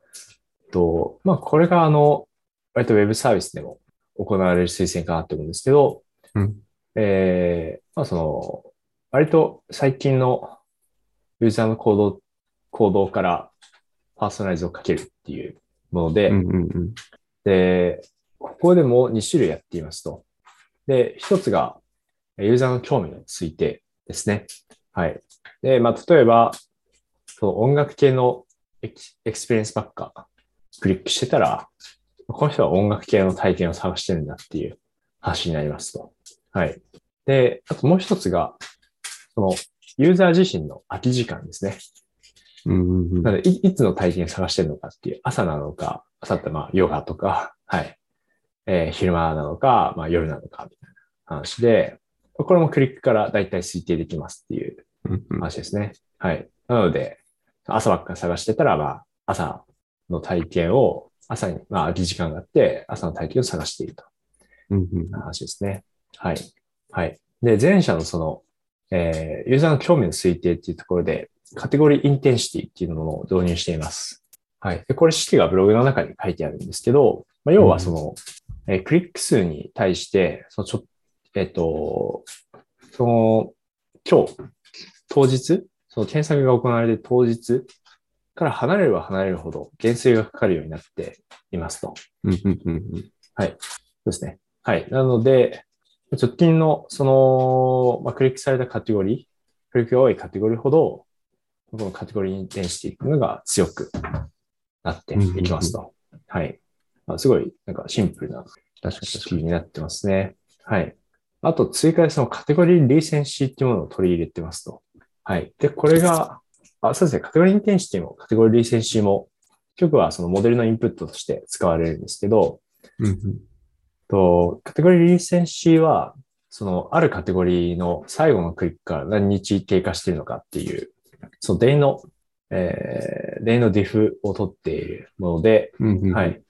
Speaker 1: とまあ、これが、あの、割と Web サービスでも行われる推薦かなと思うんですけど、
Speaker 2: うん。
Speaker 1: えーまあその、割と最近のユーザーの行動、行動からパーソナライズをかけるっていうもので、
Speaker 2: うんうんうん。
Speaker 1: で、ここでも2種類やっていますと。で、1つが、ユーザーの興味についてですね。はい。で、まあ、例えば、その音楽系のエクエクスペリエンスばっかクリックしてたら、この人は音楽系の体験を探してるんだっていう話になりますと。はい。で、あともう一つが、その、ユーザー自身の空き時間ですね。
Speaker 2: うんうんうん
Speaker 1: なのでい、いつの体験探してるのかっていう、朝なのか、朝ってまあ、ヨガとか、はい。えー昼間なのか、まあ、夜なのか、みたいな話で、これもクリックからだいたい推定できますっていう
Speaker 2: うんうん。
Speaker 1: 話ですね。はい。なので、朝ばっか探してたら、まあ、朝の体験を、朝に、まあ、空き時間があって、朝の体験を探していると。
Speaker 2: うんうん
Speaker 1: 話ですね。はい。はい。で、前者のその、えーユーザーの興味の推定っていうところで、カテゴリーインテンシティっていうのを導入しています。はい。で、これ式がブログの中に書いてあるんですけど、まあ、要はその、えークリック数に対して、そのちょ、えっ、と、その、今日、当日、その検索が行われて当日から離れれば離れるほど減衰がかかるようになっていますと。
Speaker 2: うんうんうんうん。
Speaker 1: そうですね。はい。なので、直近の、その、まあ、クリックされたカテゴリー、クリックが多いカテゴリーほど、このカテゴリーに転していくのが強くなっていきますと。はい。まあ、すごい、なんかシンプルな
Speaker 2: 確かに確
Speaker 1: 式
Speaker 2: かに。
Speaker 1: になってますね。はい。あと、追加でそのカテゴリーリーセンシーっていうものを取り入れてますと。はい。で、これが、あ、そうですね。カテゴリーインテンシティも、カテゴリーリーセンシーも、結局はそのモデルのインプットとして使われるんですけど、
Speaker 2: うん
Speaker 1: と、カテゴリーリーセンシーは、その、あるカテゴリーの最後のクリックから何日経過しているのかっていう、その、デイの、えー、デイのディフを取っているもので、
Speaker 2: うんうんうん。
Speaker 1: は。い。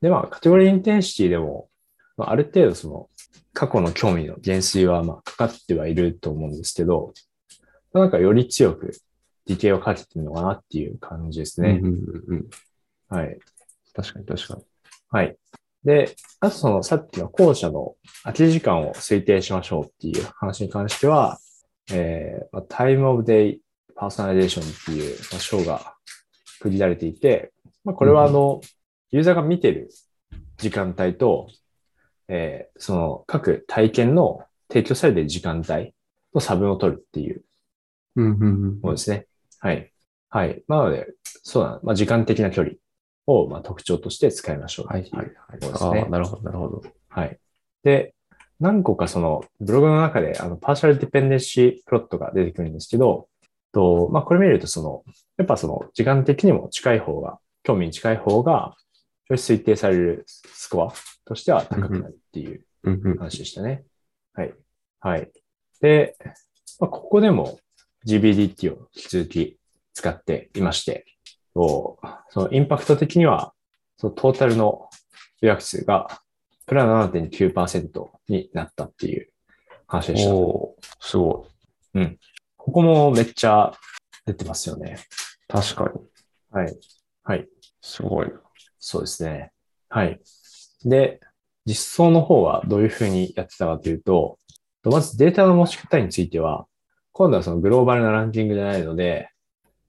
Speaker 1: で、まあ、カテゴリーインテンシティでも、まあ、ある程度その、過去の興味の減衰は、まあ、かかってはいると思うんですけど、なんかより強く、ディテールをかけてるのかなっていう感じですね。。
Speaker 2: ね
Speaker 1: はい。
Speaker 2: 確かに確かに。
Speaker 1: はい。で、あとそのさっきの校舎の空き時間を推定しましょうっていう話に関しては、えーまあ、タイムオブデイパーソナリゼーションっていうまあ章が区切られていて、まあ、これはあの、ユーザーが見てる時間帯と、えーその各体験の提供されてる時間帯の差分を取るっていう
Speaker 2: うんうん
Speaker 1: ものですね。はい。はい。まあなので、そうだな、まあ、時間的な距離をまあ特徴として使いましょう
Speaker 2: は
Speaker 1: っ
Speaker 2: い
Speaker 1: ていう
Speaker 2: はいはい。
Speaker 1: そうです
Speaker 2: あ
Speaker 1: ね
Speaker 2: あ、なるほどなるほど。
Speaker 1: はい。で、何個かそのブログの中であのパーシャルディペンデンシープロットが出てくるんですけど、と、まあ、これ見ると、その、やっぱその、時間的にも近い方が、興味に近い方が、より推定されるスコアとしては高くなるっていう
Speaker 2: うんうん。
Speaker 1: 話でしたね。はい。はい。で、まあ、ここでも GBDT を引き続き使っていまして、とそのインパクト的には、そのトータルの予約数がプラ7.9%になったっていう話でした。こ
Speaker 2: おおすごい。
Speaker 1: こもめっちゃ出てますよね。
Speaker 2: 確かに。
Speaker 1: はい。はい。
Speaker 2: すごいな。
Speaker 1: そうですね。はい。で、実装の方はどういうふうにやってたかというと、とまずデータの持ち方については、今度はそのグローバルなランキングじゃないので、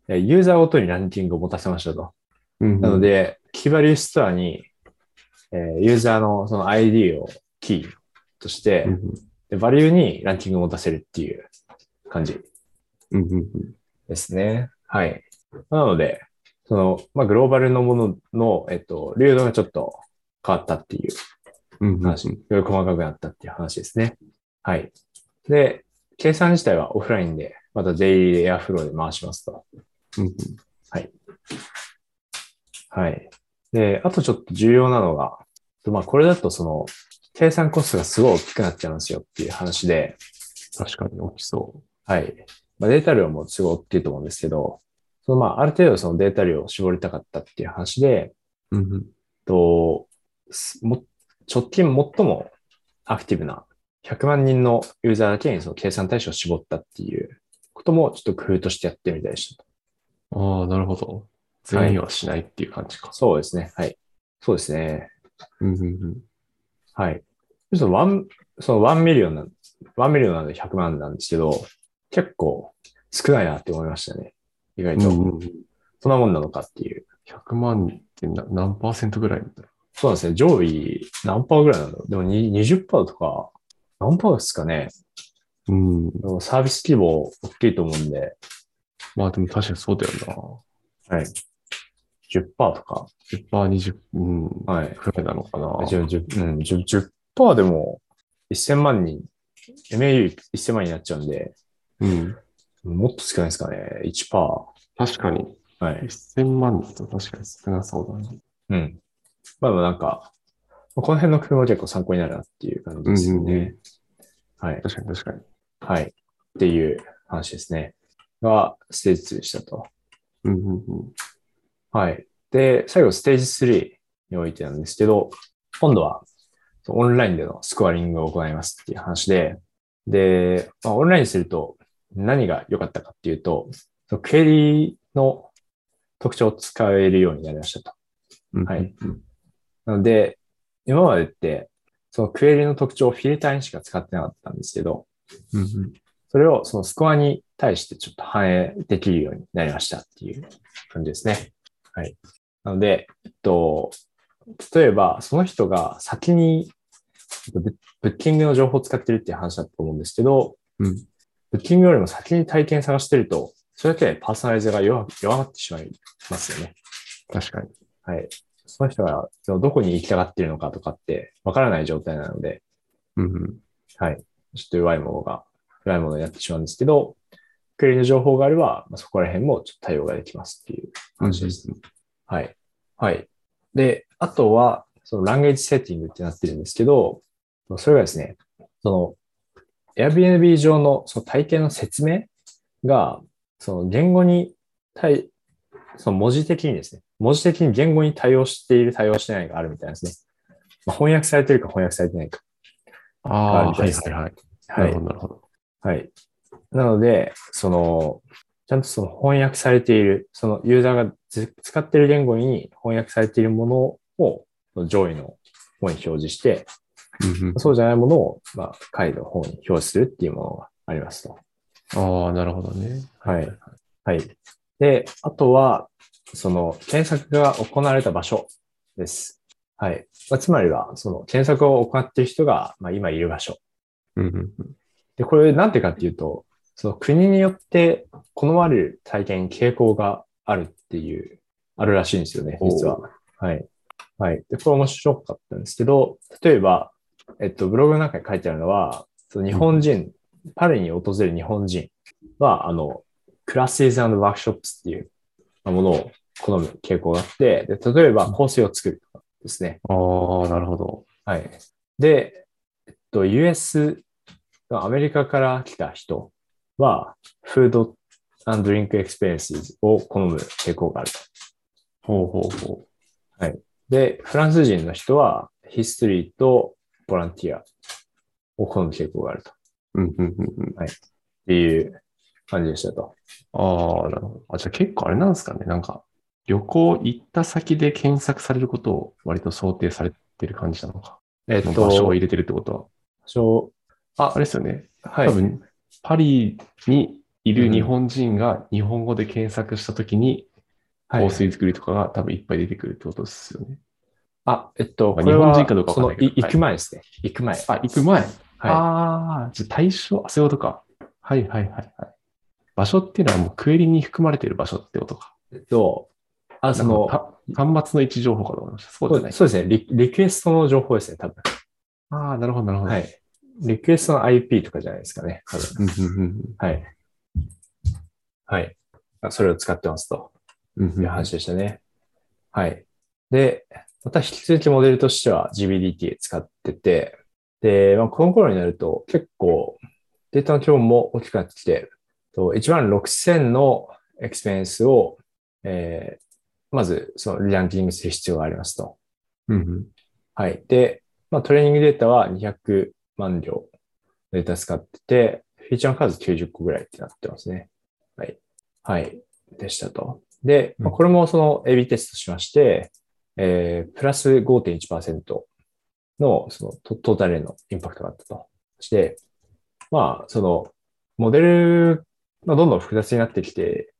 Speaker 1: えユーザーごとにランキングを持たせましたと。
Speaker 2: うんうん
Speaker 1: なの、で、キーバリューストアに、えーユーザーのその ID をキーとして
Speaker 2: うん、うん
Speaker 1: でバリューにランキングを持たせるっていう感じ
Speaker 2: うんうん
Speaker 1: ですね。はい。なので、その、まあ、グローバルのものの、えっと、流動がちょっと変わったっていう
Speaker 2: うんうん
Speaker 1: 話、より細かくなったっていう話ですね。はい。で、計算自体はオフラインで、またデイリーで Airflow で回しますと。
Speaker 2: うん
Speaker 1: はい。で、あとちょっと重要なのが、まあ、これだとその、計算コストがすごい大きくなっちゃうんですよっていう話で、
Speaker 2: 確かに起きそ
Speaker 1: はい。まあ、データ量もすごい大きいと思うんですけど、そのまあ、ある程度そのデータ量を絞りたかったっていう話で、
Speaker 2: う。うんうん
Speaker 1: と、すも直近最もアクティブな100万人のユーザーだけにその計算対象を絞ったっていうこともちょっと工夫としてやってみたりしたと。
Speaker 2: ああ、なるほど。全員はしないっていう感じか。
Speaker 1: そうですね。はい。そうですね。
Speaker 2: うんうんうん。
Speaker 1: はい。そのワン、そのワンミリオンなん、ワンミリオンなんで100万なんですけど、結構少ないなって思いましたね。意外と。
Speaker 2: うんうん
Speaker 1: そんなもんなのかっていう。
Speaker 2: 100万ってな何パーセントぐらいみたいな。
Speaker 1: そうなんですね。上位何パーぐらいなんだろう。でもに20%とか、何パーですかね。
Speaker 2: うん。
Speaker 1: でもサービス規模大きいと思うんで、
Speaker 2: まあでも確かにそうだよ
Speaker 1: はい。10%とか。
Speaker 2: な。10%、20%、うん。く
Speaker 1: はい。
Speaker 2: らいなのかな。
Speaker 1: 一応10、うん、10%, 10%でも1000万人、MAU1000 万人になっちゃうんで、
Speaker 2: うん。
Speaker 1: もっと少ないですかね。1%。は
Speaker 2: 確かに。
Speaker 1: い。
Speaker 2: 1000万人と確かに少なそうだね。
Speaker 1: うん。まあでもなんか、この辺の工夫も結構参考になるなっていう感じですよね。はい。
Speaker 2: 確かに確かに。
Speaker 1: はい。っていう話ですね。が、ステージ2でしたと。
Speaker 2: うんうんうん。
Speaker 1: はい。で、最後、ステージ3においてなんですけど、今度は、そのオンラインでのスコアリングを行いますっていう話で、で、まあ、オンラインにすると何が良かったかっていうと、そのクエリの特徴を使えるようになりましたと。
Speaker 2: うんうん
Speaker 1: はい。なので、今までって、そのクエリの特徴をフィルターにしか使ってなかったんですけど、
Speaker 2: うんうん。
Speaker 1: それをそのスコアに対してちょっと反映できるようになりましたっていう感じですね。はい。なので、えっと、例えばその人が先にえっとブブッキングの情報を使ってるっていう話だと思うんですけど、
Speaker 2: うん
Speaker 1: ブッキングよりも先に体験探してると、それだけでパーソナライズが弱弱まってしまいますよね。
Speaker 2: 確かに。
Speaker 1: はい。その人がそのどこに行きたがっているのかとかってわからない状態なので、
Speaker 2: うんうん。
Speaker 1: はい。ちょっと弱いものが、弱いものになってしまうんですけど、クエリの情報があれば、まあ、そこら辺もちょっと対応ができますっていう話です。はい。はい。で、あとは、そのランゲージセッティングってなってるんですけど、それがですね、その Airbnb 上のその体験の説明が、その言語に対、その文字的にですね、文字的に言語に対応している、対応してないがあるみたいなんですね。まあ、翻訳されてるか翻訳されてないか。
Speaker 2: ああ
Speaker 1: あー
Speaker 2: ー、は
Speaker 1: はいい
Speaker 2: は
Speaker 1: はいい
Speaker 2: は
Speaker 1: は
Speaker 2: い。な
Speaker 1: い
Speaker 2: るほ。ど、なるほど。
Speaker 1: はい。なので、その、ちゃんとその翻訳されている、そのユーザーがず使っている言語に翻訳されているものをその上位の方に表示して、
Speaker 2: うんうん
Speaker 1: そうじゃないものを、まあ、下位の方に表示するっていうものがありますと。
Speaker 2: ああ、なるほどね。
Speaker 1: はい。はい。で、あとは、その検索が行われた場所です。はい。まあ、つまりは、その検索を行っている人が、まあ、今いる場所
Speaker 2: うんうん
Speaker 1: で、これなんでかっていうと、その国によって好まれる体験傾向があるっていう、あるらしいんですよね、
Speaker 2: おう
Speaker 1: 実は。はい。はい。で、これ面白かったんですけど、例えば、えっと、ブログの中に書いてあるのは、その日本人、パリに訪れる日本人は、あの、 classes and workshops っていうものを好む傾向があって、で例えば構成を作るとかですね。
Speaker 2: ああ、なるほど。
Speaker 1: はい。で、えっと、US、アメリカから来た人は、フード and drink experiences を好む傾向があると。
Speaker 2: ほうほうほう。
Speaker 1: で、フランス人の人は、ヒストリーとボランティアを好む傾向があると。っ
Speaker 2: うんうんうんうん。
Speaker 1: ていう感じでしたと。
Speaker 2: ああ、なるほど。あ、じゃあ結構あれなんですかね。なんか、旅行行った先で検索されることを割と想定されてる感じなのか。
Speaker 1: えっ
Speaker 2: その
Speaker 1: と、
Speaker 2: 場所を入れてるってことは。
Speaker 1: 場所
Speaker 2: あ、あれですよね。
Speaker 1: はい
Speaker 2: 多。分、パリにいる日本人が日本語で検索したときに、
Speaker 1: はい
Speaker 2: 香水作りとかが多分いっぱい出てくるってことですよね。
Speaker 1: あ、えっと、
Speaker 2: まあ
Speaker 1: これは
Speaker 2: 日本人かどうかわかんないけど
Speaker 1: そのい行く前ですね。行く前。
Speaker 2: あ、行く前。
Speaker 1: は
Speaker 2: ああ、じゃあ対象、あ、そういうことか。はいはいはいはい。場所っていうのはもうクエリに含まれている場所ってことか。
Speaker 1: い。えっと、あ、その、
Speaker 2: た端末の位置情報かと思いました。そうじゃない。
Speaker 1: そうですねリ。リクエストの情報ですね、多分。
Speaker 2: ああ、なるほどなるほど。
Speaker 1: は。い。リクエストの IP とかじゃないですかね、多分。
Speaker 2: うんうん
Speaker 1: はい。はい。あそれを使ってますと
Speaker 2: うんうん
Speaker 1: いう話でしたね。はい。で、また引き続きモデルとしては GBDT 使ってて、で、まあ、この頃になると結構データの規模も大きくなってきて、と1万6000のエクスペンスを、えーまずそのリランキングする必要がありますと。
Speaker 2: うんうん
Speaker 1: はい。で、まあ、トレーニングデータは200万両データ使ってて、フィーチャーの数90個ぐらいってなってますね。はい。はい。でしたと。で、まあ、これもその AB テストしまして、えー、プラス5.1%のそのトトータルへのインパクトがあったと。そして、まあ、その、モデルがどんどん複雑になってきて、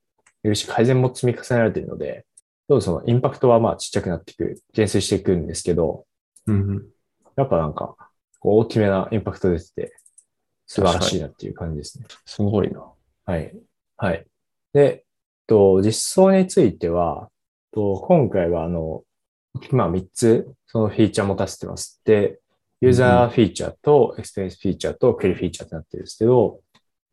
Speaker 1: よし改善も積み重ねられているので、どうぞそのインパクトはまあちっちゃくなっていく、減衰していくんですけど、
Speaker 2: うんうん
Speaker 1: やっぱなんか、こう大きめなインパクト出てて、素晴らしいなっていう感じですね。
Speaker 2: すごいな。
Speaker 1: はい。はい。で、えっと、実装については、えっと今回はあの、まあ3つそのフィーチャー持たせてます。で、ユーザーフィーチャーとエクスペリエンスフィーチャーとクエリフィーチャーってなってるんですけど、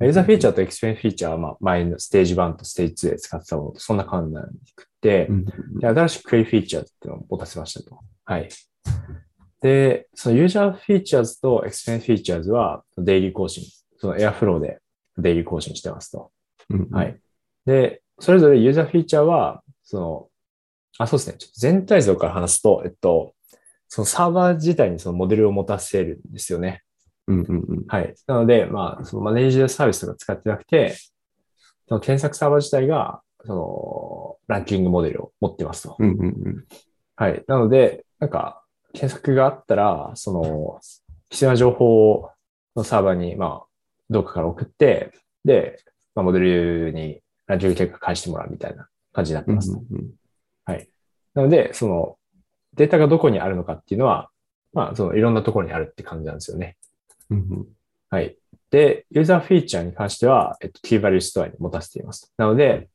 Speaker 1: ユーザーフィーチャーとエクスペリエンスフィーチャーはまあ前のステージ1とステージ2で使ってたものとそんな感じなくて、
Speaker 2: うん
Speaker 1: で、新しくクエリフィーチャーズっていうのを持たせましたと。はい。で、そのユーザーフィーチャーズとエクスペリエンスフィーチャーズはデイリー更新、そのエアフローでデイリー更新してますと。
Speaker 2: うん
Speaker 1: はいで、それぞれユーザーフィーチャーは、その、あ、そうですね。ちょっと全体像から話すと、えっと、そのサーバー自体にそのモデルを持たせるんですよね。
Speaker 2: うんうんうん
Speaker 1: はい。なので、まあ、そのマネージャーサービスとか使ってなくて、その検索サーバー自体が、その、ランキングモデルを持ってますと。
Speaker 2: うんうんうん
Speaker 1: はい。なので、なんか、検索があったら、その、必要な情報をそのサーバーに、まあ、どっかから送って、で、まあ、モデルにランキング結果返してもらうみたいな感じになって
Speaker 2: うん
Speaker 1: ます。
Speaker 2: うん
Speaker 1: なので、その、データがどこにあるのかっていうのは、まあ、その、いろんなところにあるって感じなんですよね。
Speaker 2: うんうん
Speaker 1: はい。で、ユーザーフィーチャーに関しては、えっと、キーバリューストアに持たせています。なので、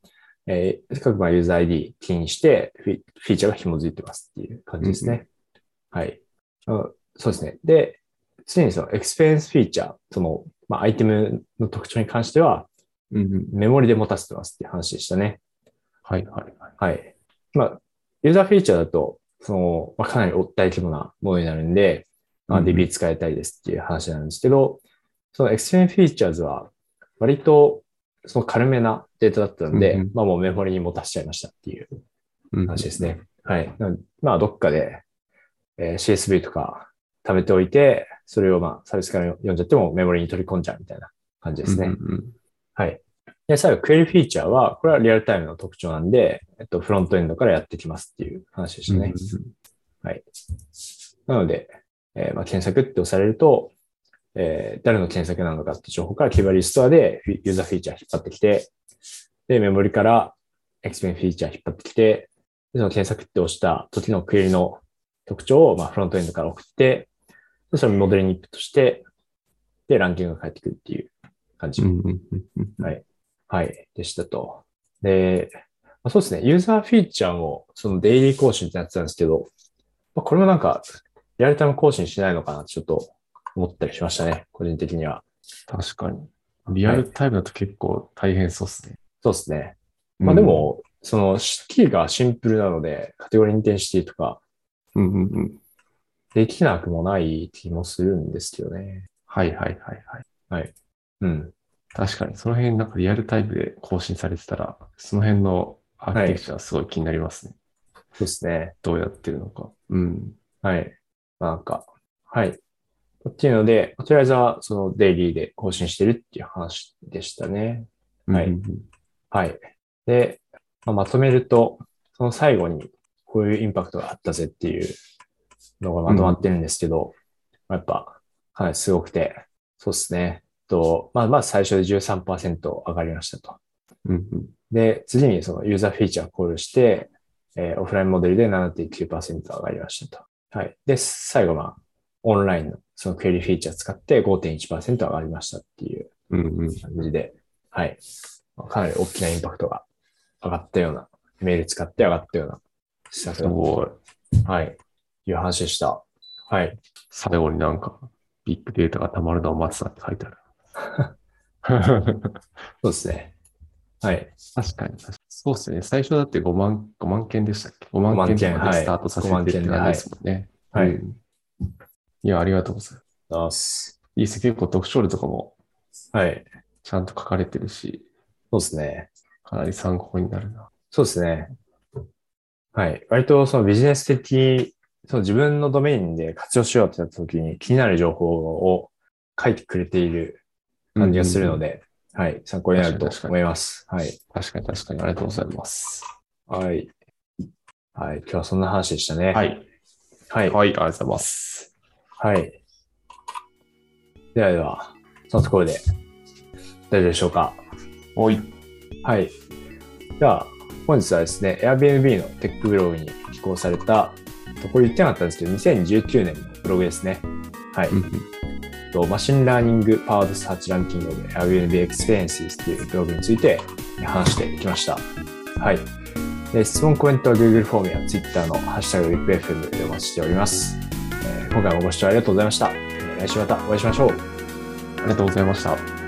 Speaker 1: えー各まあユーザー ID キーにしてフィ、フィーチャーが紐づいてますっていう感じですね。はいあ。そうですね。で、常にそのエクスペリエンスフィーチャー、その、まあ、アイテムの特徴に関しては、
Speaker 2: うんうん
Speaker 1: メモリで持たせてますっていう話でしたね。
Speaker 2: はいはいはい。
Speaker 1: はい。まあ、ユーザーフィーチャーだと、その、まあ、かなり大規模なものになるんで、まあ、
Speaker 2: うん
Speaker 1: DB 使いたいですっていう話なんですけど、その Extreme Features は、割と、その軽めなデータだったんで、
Speaker 2: うんうん
Speaker 1: まあもうメモリに持たせちゃいましたっていう
Speaker 2: うん
Speaker 1: 話ですね。はい。なのでまあ、どっかで、えー CSV とか貯めておいて、それをまあ、サービスから読んじゃってもメモリに取り込んじゃうみたいな感じですね。
Speaker 2: うんうん
Speaker 1: はい。で、最後、クエリフィーチャーは、これはリアルタイムの特徴なんで、えっと、フロントエンドからやってきますっていう話でしたね。はい。なので、えーまあ、検索って押されると、えー誰の検索なのかって情報からキーバリーストアでフィユーザーフィーチャー引っ張ってきて、で、メモリからエクスペンフィーチャー引っ張ってきて、でその検索って押した時のクエリの特徴を、まあ、フロントエンドから送って、で、それをモデルにインプットして、で、ランキングが返ってくるっていう感じ
Speaker 2: うんうんうんうんうん
Speaker 1: はい、でしたと。で、まあ、そうですね、ユーザーフィーチャーも、そのデイリー更新ってなってたんですけど、まあ、これもなんか、リアルタイム更新しないのかなってちょっと思ったりしましたね、個人的には。
Speaker 2: 確かに。リアルタイムだと結構大変そうですね。
Speaker 1: そうですね。まあで、も、その式がシンプルなので、カテゴリーインテンシティとか
Speaker 2: うんうんうん。
Speaker 1: できなくもない気もするんですけどね。
Speaker 2: はいはいはいはい。
Speaker 1: うん。
Speaker 2: 確かに、その辺なんかリアルタイムで更新されてたら、その辺のアーキテクチャはすごい気になりますね。
Speaker 1: そうですね。
Speaker 2: どうやってるのか。うん。
Speaker 1: はい。なんか、はい。っていうので、とりあえずはそのデイリーで更新してるっていう話でしたね。はい
Speaker 2: うんうんうん。
Speaker 1: はい。で、まあまとめると、その最後にこういうインパクトがあったぜっていうのがまとまってるんですけど、まあやっぱ、はい、すごくて、そうですね。と、まあ、まあ最初で13%上がりましたと。
Speaker 2: うんうん
Speaker 1: で、次にそのユーザーフィーチャーを考慮して、えーオフラインモデルで7.9%上がりましたと。はい。で、最後、まあ、オンラインのそのクエリフィーチャー使って5.1%上がりましたっていう
Speaker 2: うんうん。
Speaker 1: 感じで、はい。かなり大きなインパクトが上がったような、メール使って上がったような施策
Speaker 2: す
Speaker 1: だと、
Speaker 2: ごい。
Speaker 1: はい。いう話でした。はい。
Speaker 2: 最後になんか、ビッグデータが溜まるのを待つなって書いてあ る。
Speaker 1: そうですね。はい。
Speaker 2: 確かに。そうですね。最初だって5万、5万件でしたっけ ?5
Speaker 1: 万
Speaker 2: 万
Speaker 1: 件
Speaker 2: 件とかで
Speaker 1: はい
Speaker 2: スタートさせ
Speaker 1: 5
Speaker 2: てって
Speaker 1: 万件で
Speaker 2: 感じですもんね。
Speaker 1: はい。
Speaker 2: うんいや、ありがとうございます。
Speaker 1: あす。
Speaker 2: いいですね。結構読書量とかも
Speaker 1: はい。
Speaker 2: ちゃんと書かれてるし、
Speaker 1: そうですね。
Speaker 2: かなり参考になるな。
Speaker 1: そうですね。はい。割とそのビジネス的、その自分のドメインで活用しようってなった時に気になる情報を書いてくれている感じがするの
Speaker 2: で。
Speaker 1: で、はい。参考になると
Speaker 2: 確かに
Speaker 1: 思います。はい。
Speaker 2: 確かに確かに。ありがとうございます。
Speaker 1: はい。はい。今日はそんな話でしたね。。
Speaker 2: はいい。
Speaker 1: はい。
Speaker 2: はい、ありがとうございます。
Speaker 1: はい。ではでは、そのところで大丈夫でしょうか。
Speaker 2: おい。
Speaker 1: はい。では、本日はですね、Airbnb のテックブログに寄稿された、これ言ってなかったんですけど、2019年のブログですね。はい。とマシンラーニングパワードサーチランキングで Airbnb Experiences というブログについて話していきました。はい。で質問、コメントは Google フォームや Twitter のハッシュタグ WIPFM でお待ちしております、えー今回もご視聴ありがとうございました。えー来週またお会いしましょう。
Speaker 2: ありがとうございました。